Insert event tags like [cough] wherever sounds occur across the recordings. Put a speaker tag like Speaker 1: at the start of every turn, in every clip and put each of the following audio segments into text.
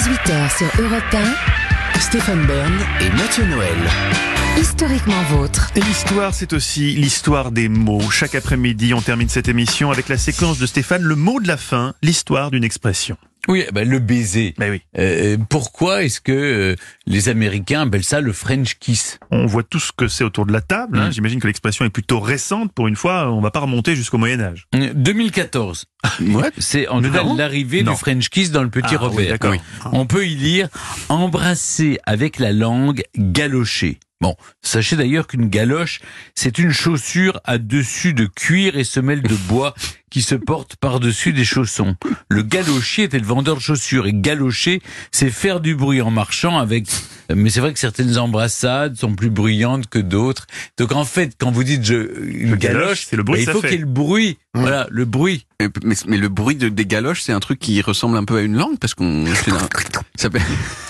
Speaker 1: 18h sur Europe 1,
Speaker 2: Stéphane Bern et Mathieu Noël.
Speaker 1: Historiquement vôtre.
Speaker 3: Et l'histoire, c'est aussi l'histoire des mots. Chaque après-midi, on termine cette émission avec la séquence de Stéphane, le mot de la fin, l'histoire d'une expression.
Speaker 4: Oui, eh ben, le baiser.
Speaker 3: Ben oui.
Speaker 4: Euh, pourquoi est-ce que euh, les Américains appellent ça le French kiss
Speaker 3: On voit tout ce que c'est autour de la table. hein.
Speaker 4: Mm.
Speaker 3: J'imagine que l'expression est plutôt récente. Pour une fois, on va pas remonter jusqu'au Moyen Âge.
Speaker 4: Euh, 2014. [laughs] C'est en
Speaker 3: Nous
Speaker 4: tout cas
Speaker 3: l'avons
Speaker 4: l'arrivée
Speaker 3: Non.
Speaker 4: du French kiss dans le Petit
Speaker 3: Ah, oui,
Speaker 4: Robert.
Speaker 3: d'accord.
Speaker 4: On peut y lire embrasser avec la langue, galocher. Bon, sachez d'ailleurs qu'une galoche, c'est une chaussure à dessus de cuir et semelle de bois qui se porte par-dessus des chaussons. Le galochier était le vendeur de chaussures et galocher, c'est faire du bruit en marchant avec... Mais c'est vrai que certaines embrassades sont plus bruyantes que d'autres. Donc en fait, quand vous dites je, une
Speaker 3: Le galoche,
Speaker 4: galoche,
Speaker 3: c'est le
Speaker 4: bah,
Speaker 3: bruit que
Speaker 4: il
Speaker 3: ça
Speaker 4: faut
Speaker 3: fait.
Speaker 4: qu'il y ait le bruit. Voilà, le bruit.
Speaker 5: Mais, mais- mais le bruit de, des galoches, c'est un truc qui ressemble un peu à une langue, parce qu'on... c'est un- ça s'appelle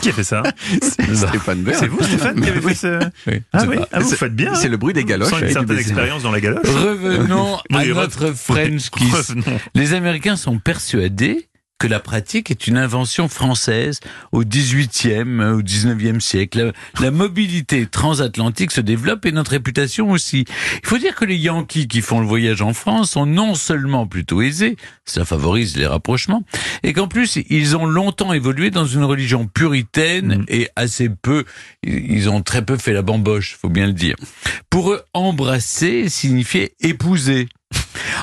Speaker 3: Qui a fait ça
Speaker 5: Stéphane Bern.
Speaker 3: C'est vous, Stéphane, qui avez fait ce...
Speaker 4: Oui.
Speaker 3: Ah
Speaker 5: C'est
Speaker 3: oui,
Speaker 5: pas-
Speaker 3: ah, vous
Speaker 5: c'est-
Speaker 3: faites bien.
Speaker 5: C'est
Speaker 3: hein.
Speaker 5: le bruit des galoches.
Speaker 3: Sans
Speaker 5: et
Speaker 3: une
Speaker 5: du
Speaker 3: certaine
Speaker 5: baiser.
Speaker 3: expérience dans la galoche.
Speaker 4: Revenons à
Speaker 3: Oui, re-
Speaker 4: notre French kiss.
Speaker 3: Revenons.
Speaker 4: Les Américains sont persuadés que la pratique est une invention française au 18e, euh, au 19e siècle. La, la mobilité transatlantique se développe et notre réputation aussi. Il faut dire que les Yankees qui font le voyage en France sont non seulement plutôt aisés, ça favorise les rapprochements, et qu'en plus ils ont longtemps évolué dans une religion puritaine
Speaker 5: Mm.
Speaker 3: Mhm.
Speaker 4: et assez peu, ils ont très peu fait la bamboche, faut bien le dire. Pour eux, embrasser signifiait épouser.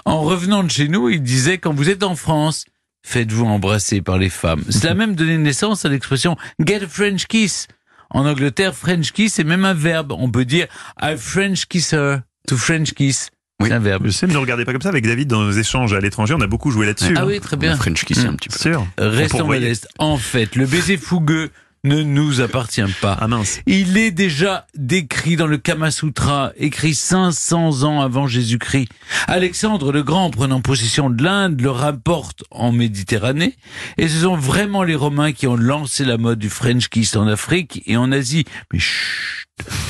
Speaker 4: En revenant de chez nous, il disait quand vous êtes en France, faites-vous embrasser par les
Speaker 5: [laughs]
Speaker 4: femmes. Cela a même donné naissance à l'expression get a French kiss. En Angleterre, French kiss est même un verbe. On peut dire I French kiss her to French kiss.
Speaker 5: Oui.
Speaker 4: C'est un verbe.
Speaker 3: Je sais, mais ne regardez pas comme ça. Avec David, dans nos échanges à l'étranger, on a beaucoup joué là-dessus.
Speaker 4: Ah
Speaker 3: hein.
Speaker 4: oui, très bien.
Speaker 5: French kiss,
Speaker 4: Mm.
Speaker 5: un petit peu.
Speaker 3: Sûr.
Speaker 4: Restons
Speaker 3: pourvoyait.
Speaker 4: modestes. En fait, le baiser fougueux ne nous appartient pas.
Speaker 3: Ah mince.
Speaker 4: Il est déjà décrit dans le Kama Sutra, écrit 500 ans avant Jésus-Christ. Alexandre le Grand, prenant possession de l'Inde, le rapporte en Méditerranée. Et ce sont vraiment les Romains qui ont lancé la mode du French kiss en Afrique et en Asie. Mais chut,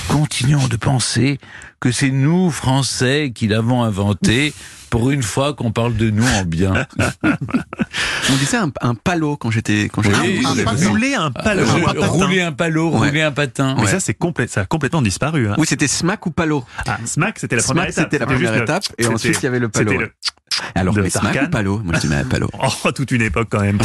Speaker 4: continuons de penser que c'est nous, Français, qui l'avons inventé. Pour une fois qu'on parle de nous en bien.
Speaker 5: On disait un, un palo quand j'étais... quand j'étais-
Speaker 4: Oui,
Speaker 5: Ah,
Speaker 4: un
Speaker 5: oui,
Speaker 4: palo.
Speaker 5: oui.
Speaker 3: Rouler un palot.
Speaker 4: Je-
Speaker 3: [laughs] un patin.
Speaker 4: rouler un palo,
Speaker 5: Ouais.
Speaker 4: rouler un patin.
Speaker 3: Mais ça, c'est complè- ça a complètement disparu. hein.
Speaker 5: Oui, c'était smack ou palo.
Speaker 3: Ah, Smack, c'était la première
Speaker 5: Smack,
Speaker 3: étape.
Speaker 5: c'était la première
Speaker 3: juste le-
Speaker 5: étape. Et
Speaker 3: c'était-
Speaker 5: ensuite, il y avait le palo.
Speaker 3: C'était
Speaker 5: Alors,
Speaker 3: de
Speaker 5: mais smack
Speaker 3: Tarkan.
Speaker 5: ou palo Moi, je dis, mais palo.
Speaker 3: le- Oh, toute une époque quand même.